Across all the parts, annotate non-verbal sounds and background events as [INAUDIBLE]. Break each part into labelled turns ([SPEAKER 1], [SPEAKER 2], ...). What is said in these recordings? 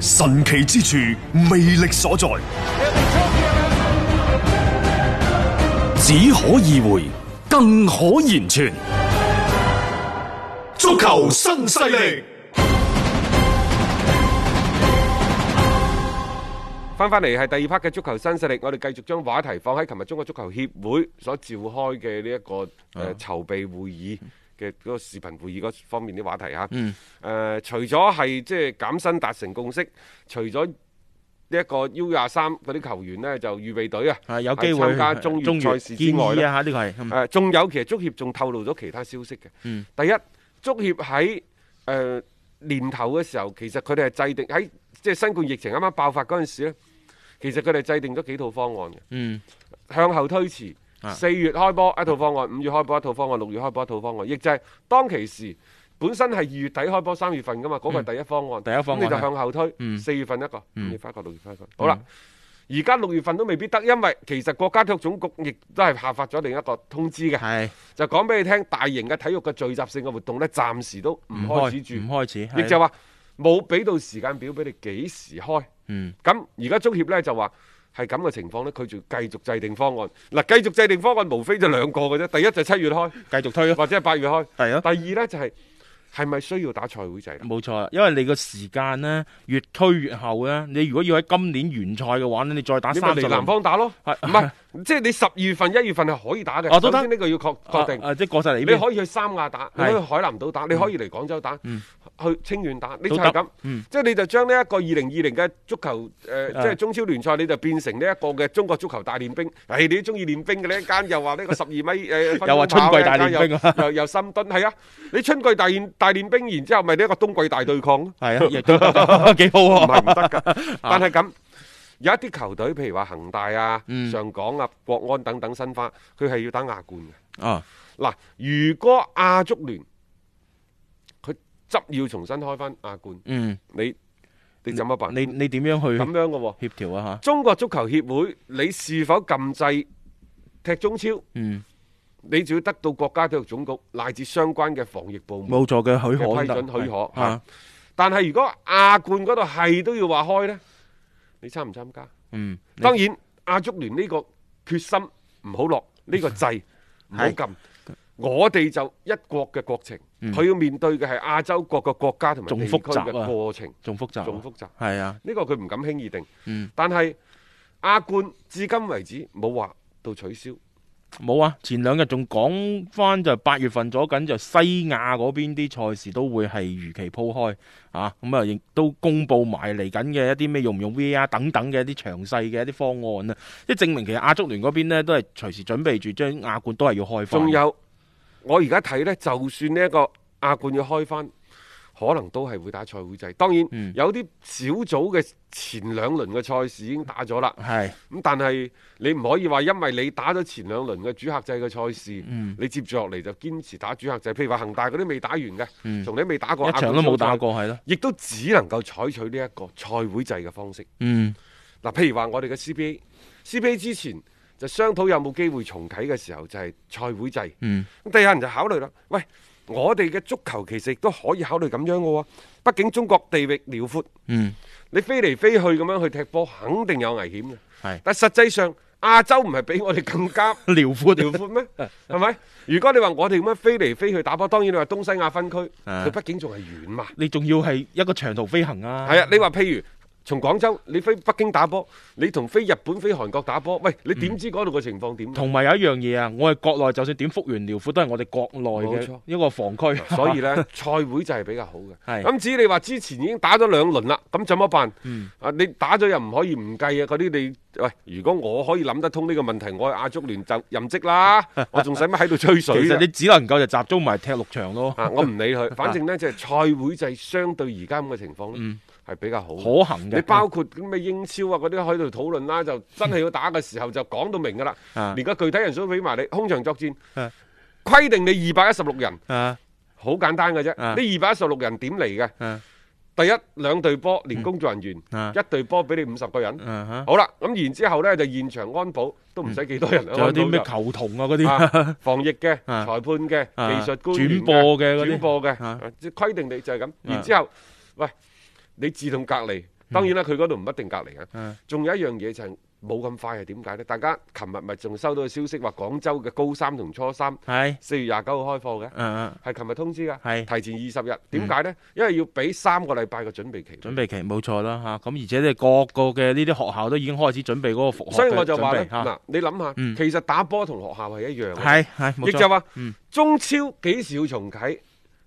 [SPEAKER 1] 神奇之處，魅力所在，
[SPEAKER 2] 只可意會，更可言傳。
[SPEAKER 1] 足球新勢力。
[SPEAKER 3] 翻翻嚟係第二 part 嘅足球新勢力，我哋繼續將話題放喺琴日中國足球協會所召開嘅呢一個誒、
[SPEAKER 4] 啊
[SPEAKER 3] 呃、籌備會議嘅嗰個視頻會議嗰方面啲話題嚇。嗯。除咗係即係減薪達成共識，除咗呢一個 U 廿三嗰啲球員呢，就預備隊啊，
[SPEAKER 4] 啊有機會
[SPEAKER 3] 係參加中
[SPEAKER 4] 中
[SPEAKER 3] 乙賽事之外
[SPEAKER 4] 建議
[SPEAKER 3] 咧，
[SPEAKER 4] 啊嚇，呢個係嗯
[SPEAKER 3] 誒呃仲、有其實足協仲透露咗其他消息嘅。
[SPEAKER 4] 嗯
[SPEAKER 3] 第一，足協喺誒、呃年頭嘅時候，其實佢哋係制定喺即係新冠疫情啱啱爆發嗰陣時咧，其實佢哋制定咗幾套方案嘅，
[SPEAKER 4] 嗯
[SPEAKER 3] 向後推遲。
[SPEAKER 4] 啊
[SPEAKER 3] 四月開波一套方案，五月開波一套方案，六月開波一套方案，亦就係當其時本身係二月底開波，三月份噶嘛，嗰、個係第一方案。
[SPEAKER 4] 嗯第一方案
[SPEAKER 3] 咁你就向後推，四、
[SPEAKER 4] 嗯
[SPEAKER 3] 月份一個，五
[SPEAKER 4] 嗯
[SPEAKER 3] 月翻一個，六月翻一個。好啦，而家六月份都未必得，因為其實國家體育總局亦都係下發咗另一個通知嘅。
[SPEAKER 4] 係
[SPEAKER 3] 就講俾你聽，大型嘅體育嘅聚集性嘅活動呢，暫時都唔
[SPEAKER 4] 唔
[SPEAKER 3] 開始住，
[SPEAKER 4] 唔開始，
[SPEAKER 3] 亦
[SPEAKER 4] 係
[SPEAKER 3] 就話冇俾到時間表俾你幾時開。
[SPEAKER 4] 嗯
[SPEAKER 3] 咁而家足協呢，就話係咁嘅情況呢，佢就繼續制定方案。嗱，繼續制定方案無非就兩個嘅啫，第一就七月開，
[SPEAKER 4] [LAUGHS] 繼續推咯，
[SPEAKER 3] 或者係八月開。
[SPEAKER 4] 係咯。
[SPEAKER 3] 第二呢，就係係咪需要打賽會制啦？啊
[SPEAKER 4] 冇錯啦，因為你個時間呢，越推越後咧，你如果要喺今年完賽嘅話呢，你再打
[SPEAKER 3] 你咪
[SPEAKER 4] 三
[SPEAKER 3] 嚟
[SPEAKER 4] 十
[SPEAKER 3] 南方打咯，
[SPEAKER 4] 係
[SPEAKER 3] 唔係即係你十二月份、一月份係可以打嘅。
[SPEAKER 4] 哦都得
[SPEAKER 3] 首先呢個要確確定。
[SPEAKER 4] 啊啊即係過晒嚟呢
[SPEAKER 3] 你
[SPEAKER 4] 邊
[SPEAKER 3] 可以去三亞打，你
[SPEAKER 4] 係
[SPEAKER 3] 可以去海南島打，你可以嚟廣州打，去清遠打，你就
[SPEAKER 4] 都
[SPEAKER 3] 係
[SPEAKER 4] 得
[SPEAKER 3] 咁。
[SPEAKER 4] 嗯
[SPEAKER 3] 即係你就將呢一個二零二零嘅足球誒，
[SPEAKER 4] 啊
[SPEAKER 3] 即係中超聯賽，你就變成呢一個嘅中國足球大練兵。誒，你都中意練兵嘅呢一間又話
[SPEAKER 4] [LAUGHS]
[SPEAKER 3] 呢個十二米誒，
[SPEAKER 4] 又話春季大練兵啊
[SPEAKER 3] 啊， [LAUGHS] 又又深蹲係啊！你春季大練大練兵，然之後咪呢一個冬季大對
[SPEAKER 4] [LAUGHS]
[SPEAKER 3] 抗咯，[LAUGHS]
[SPEAKER 4] 係啊，亦都得㗎 [LAUGHS] 幾好
[SPEAKER 3] 唔係
[SPEAKER 4] 喎。
[SPEAKER 3] 唔
[SPEAKER 4] [LAUGHS]
[SPEAKER 3] 得㗎。但係咁。有一啲球隊，譬如話恒大啊、
[SPEAKER 4] 嗯
[SPEAKER 3] 上港啊、國安等等申花，佢係要打亞冠嘅。
[SPEAKER 4] 啊，
[SPEAKER 3] 嗱，如果亞足聯佢執要重新開翻亞冠，
[SPEAKER 4] 嗯，
[SPEAKER 3] 你你怎麼辦？
[SPEAKER 4] 你你點樣去
[SPEAKER 3] 咁樣嘅喎，
[SPEAKER 4] 協調啊嚇？
[SPEAKER 3] 中國足球協會你是否禁制踢中超？
[SPEAKER 4] 嗯，
[SPEAKER 3] 你就要得到國家體育總局乃至相關嘅防疫部門。
[SPEAKER 4] 冇錯嘅許可
[SPEAKER 3] 嘅批
[SPEAKER 4] 先得
[SPEAKER 3] 准許可
[SPEAKER 4] 係啊，
[SPEAKER 3] 但係如果亞冠嗰度係都要話開呢，你參唔參加？
[SPEAKER 4] 嗯，你
[SPEAKER 3] 當然亞足聯呢個決心唔好
[SPEAKER 4] [LAUGHS]
[SPEAKER 3] 落，呢、個掣唔好撳。我哋就一國嘅國情，佢、要面對嘅係亞洲各個國家同埋
[SPEAKER 4] 嗯仲
[SPEAKER 3] 地區
[SPEAKER 4] 複雜
[SPEAKER 3] 嘅
[SPEAKER 4] 啊
[SPEAKER 3] 過程，
[SPEAKER 4] 仲複雜啊，
[SPEAKER 3] 仲複雜。呢、
[SPEAKER 4] 係啊，
[SPEAKER 3] 個佢唔敢輕易定。
[SPEAKER 4] 嗯
[SPEAKER 3] 但係亞冠至今為止冇話到取消，
[SPEAKER 4] 冇啊！前兩日仲講翻就八月份咗緊就西亞嗰邊啲賽事都會係如期鋪開啊！咁啊，亦都公布埋嚟緊嘅一啲咩用唔用 VR 等等嘅一啲詳細嘅一啲方案啊！即係證明其實亞足聯嗰邊呢都係隨時準備住將亞冠都係要開翻。
[SPEAKER 3] 仲有我而家睇呢，就算呢一個亞冠要開翻，可能都係會打賽會制。當然、
[SPEAKER 4] 嗯
[SPEAKER 3] 有啲小組嘅前兩輪嘅賽事已經打咗啦。
[SPEAKER 4] 係
[SPEAKER 3] 咁但係你唔可以話，因為你打咗前兩輪嘅主客制嘅賽事，
[SPEAKER 4] 嗯
[SPEAKER 3] 你接住落嚟就堅持打主客制。譬如話恒大嗰啲未打完嘅，
[SPEAKER 4] 嗯
[SPEAKER 3] 從你未打過
[SPEAKER 4] 一場都冇打
[SPEAKER 3] 亞冠
[SPEAKER 4] 過係咯。
[SPEAKER 3] 賽，亦都只能夠採取呢一個賽會制嘅方式。
[SPEAKER 4] 嗯
[SPEAKER 3] 嗱，譬如話我哋嘅 CBA，CBA 之前就商討有冇機會重啟嘅時候，就係賽會制。
[SPEAKER 4] 嗯
[SPEAKER 3] 咁第有人就考慮啦，喂，我哋嘅足球其實亦都可以考慮咁樣嘅喎，畢竟中國地域遼闊。
[SPEAKER 4] 嗯，
[SPEAKER 3] 你飛嚟飛去咁樣去踢波，肯定有危險嘅。
[SPEAKER 4] 係
[SPEAKER 3] 但實際上亞洲唔係比我哋更加 [LAUGHS]
[SPEAKER 4] 遼闊
[SPEAKER 3] 遼闊咩？係咪？如果你話我哋咁樣飛嚟飛去打波，當然你話東西亞分區，
[SPEAKER 4] 啊
[SPEAKER 3] 佢畢竟仲係遠嘛。
[SPEAKER 4] 你仲要係一個長途飛行啊？
[SPEAKER 3] 係啊，你話譬如從廣州你飛北京打波，你同飛日本、飛韓國打波，喂，你點知嗰度嘅情況點？
[SPEAKER 4] 同埋有一樣嘢啊，我哋國內就算點復原療苦，都係我哋國內
[SPEAKER 3] 冇
[SPEAKER 4] 嘅
[SPEAKER 3] 錯
[SPEAKER 4] 一個防區， [LAUGHS]
[SPEAKER 3] 所以呢，賽會就係比較好
[SPEAKER 4] 係
[SPEAKER 3] 嘅。咁至於你話之前已經打咗兩輪啦，咁怎麼辦？
[SPEAKER 4] 嗯
[SPEAKER 3] 啊，你打咗又唔可以唔計啊！嗰啲你喂，如果我可以諗得通呢個問題，我喺亞足聯就任職
[SPEAKER 4] [LAUGHS]
[SPEAKER 3] 啦，我仲使乜喺度吹
[SPEAKER 4] 其
[SPEAKER 3] 水
[SPEAKER 4] 實
[SPEAKER 3] 啫
[SPEAKER 4] 你只能夠就集中埋踢六場咯，
[SPEAKER 3] 啊，我唔理
[SPEAKER 4] [LAUGHS]
[SPEAKER 3] 佢，反正呢，就係賽會制相對而家咁嘅情況呢，
[SPEAKER 4] 嗯
[SPEAKER 3] 係比較好。
[SPEAKER 4] 可行嘅。
[SPEAKER 3] 嗯你包括咁咩英超啊嗰啲喺度討論啦，就真係要打嘅時候就講到明㗎啦
[SPEAKER 4] 啊。
[SPEAKER 3] 連個具體人數都俾埋你，空場作戰
[SPEAKER 4] 啊
[SPEAKER 3] 規定你二百一十六人，
[SPEAKER 4] 啊
[SPEAKER 3] 好簡單嘅啫。
[SPEAKER 4] 啊
[SPEAKER 3] 呢二百一十六人點嚟嘅？
[SPEAKER 4] 啊
[SPEAKER 3] 第一兩隊波連工作人員，
[SPEAKER 4] 啊
[SPEAKER 3] 一隊波俾你五十個人。
[SPEAKER 4] 啊哈
[SPEAKER 3] 好啦，咁然之後呢，就現場安保都唔使幾多人啦，
[SPEAKER 4] 仲有
[SPEAKER 3] 安保
[SPEAKER 4] 啲咩
[SPEAKER 3] 就
[SPEAKER 4] 球童啊嗰啲 [LAUGHS]
[SPEAKER 3] 啊防疫嘅、裁
[SPEAKER 4] 啊
[SPEAKER 3] 判嘅、
[SPEAKER 4] 啊
[SPEAKER 3] 技術官員
[SPEAKER 4] 轉播嘅嗰啲
[SPEAKER 3] 轉播嘅
[SPEAKER 4] 啊，
[SPEAKER 3] 即係規定你就係咁。然之後，喂，你自動隔離，當然啦，佢嗰度唔一定隔離
[SPEAKER 4] 啊
[SPEAKER 3] 嘅。仲有一樣嘢就係冇咁快係點解呢？大家琴日咪仲收到個消息話廣州嘅高三同初三
[SPEAKER 4] 係
[SPEAKER 3] 四月廿九號開課嘅，
[SPEAKER 4] 啊啊
[SPEAKER 3] 係琴日通知
[SPEAKER 4] 係
[SPEAKER 3] 㗎，提前二十日。
[SPEAKER 4] 嗯
[SPEAKER 3] 點解呢？因為要俾三個禮拜嘅準備期。
[SPEAKER 4] 準備期冇錯啦嚇，咁而且你各個嘅呢啲學校都已經開始準備嗰個復學嘅準備，
[SPEAKER 3] 所以我就話咧，
[SPEAKER 4] 嚇
[SPEAKER 3] 嗱，你諗下，
[SPEAKER 4] 嗯
[SPEAKER 3] 其實打波同學校係一樣嘅。
[SPEAKER 4] 係係冇
[SPEAKER 3] 亦就
[SPEAKER 4] 錯，
[SPEAKER 3] 話
[SPEAKER 4] 嗯
[SPEAKER 3] 中超幾時要重啟？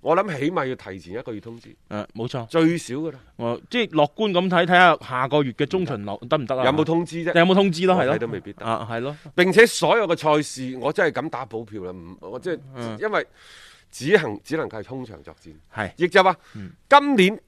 [SPEAKER 3] 我諗起碼要提前一個月通知，
[SPEAKER 4] 誒嗯冇錯，
[SPEAKER 3] 最少噶啦。
[SPEAKER 4] 我即係樂觀咁睇睇下下個月嘅中旬流得唔得啊？
[SPEAKER 3] 有冇通知
[SPEAKER 4] 你
[SPEAKER 3] 啫？
[SPEAKER 4] 有冇通知咯？係
[SPEAKER 3] 我
[SPEAKER 4] 咯，
[SPEAKER 3] 睇都未必得
[SPEAKER 4] 啊，係咯，
[SPEAKER 3] 並且所有嘅賽事，我真係敢打保票啦。唔，我即
[SPEAKER 4] 嗯
[SPEAKER 3] 係因為只行只能夠係空場作戰。
[SPEAKER 4] 係
[SPEAKER 3] 亦就話
[SPEAKER 4] 嗯
[SPEAKER 3] 今年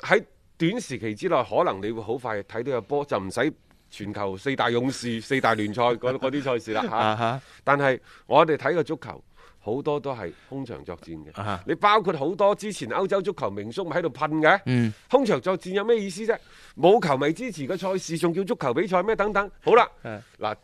[SPEAKER 3] 喺短時期之內，可能你會好快睇到有波，就唔使全球四大勇
[SPEAKER 4] [LAUGHS]
[SPEAKER 3] 士、四大聯賽嗰嗰啲賽事啦嚇。
[SPEAKER 4] 啊嚇
[SPEAKER 3] 但係我哋睇嘅足球好多都係空場作戰嘅。
[SPEAKER 4] 啊
[SPEAKER 3] 你包括好多之前歐洲足球名宿咪喺度噴嘅。
[SPEAKER 4] 嗯
[SPEAKER 3] 空場作戰有咩意思啫？冇球迷支持嘅賽事，仲叫足球比賽咩？等等。好啦
[SPEAKER 4] 係，
[SPEAKER 3] 嗱，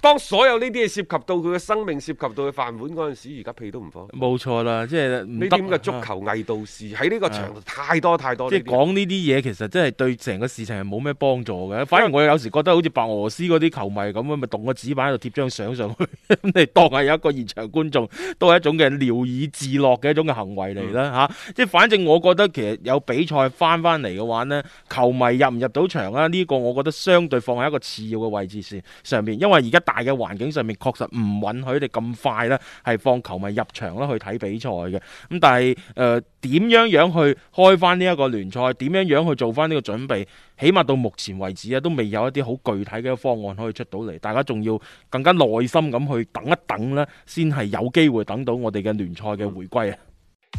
[SPEAKER 3] 當所有呢啲嘢涉及到佢嘅生命，涉及到佢飯碗嗰陣時，而家屁都唔放。
[SPEAKER 4] 冇錯啦，即係唔
[SPEAKER 3] 呢
[SPEAKER 4] 得
[SPEAKER 3] 啲咁嘅足
[SPEAKER 4] 啊
[SPEAKER 3] 球偽道士喺呢個場度太多太多呢
[SPEAKER 4] 即
[SPEAKER 3] 啲。
[SPEAKER 4] 係講呢啲嘢，其實真係對成個事情係冇咩幫助嘅。反而我有時覺得好似白俄羅斯嗰啲球迷咁樣，咪動個紙板喺度貼張相上去， [LAUGHS] 咁你當係有一個現場觀眾，都係一種嘅聊以自樂嘅一種嘅行為嚟
[SPEAKER 3] 嗯
[SPEAKER 4] 啦吓。即係反正我覺得其實有比賽翻翻嚟嘅話呢，球迷入唔入到場啊？呢、個我覺得相對放喺一個次要嘅位置線上面，因為而家大嘅環境上面確實唔允許你咁快呢係放球迷入場啦去睇比賽嘅。咁但係誒點樣樣去開翻呢一個聯賽，點樣樣去做翻呢個準備，起碼到目前為止啊，都未有一啲好具體嘅方案可以出到嚟。大家仲要更加耐心咁去等一等啦，先係有機會等到我哋嘅聯賽嘅回歸啊！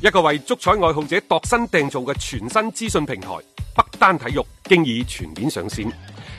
[SPEAKER 3] 一個為足彩愛好者度身訂造嘅全新資訊平台北單體育，經已全面上線。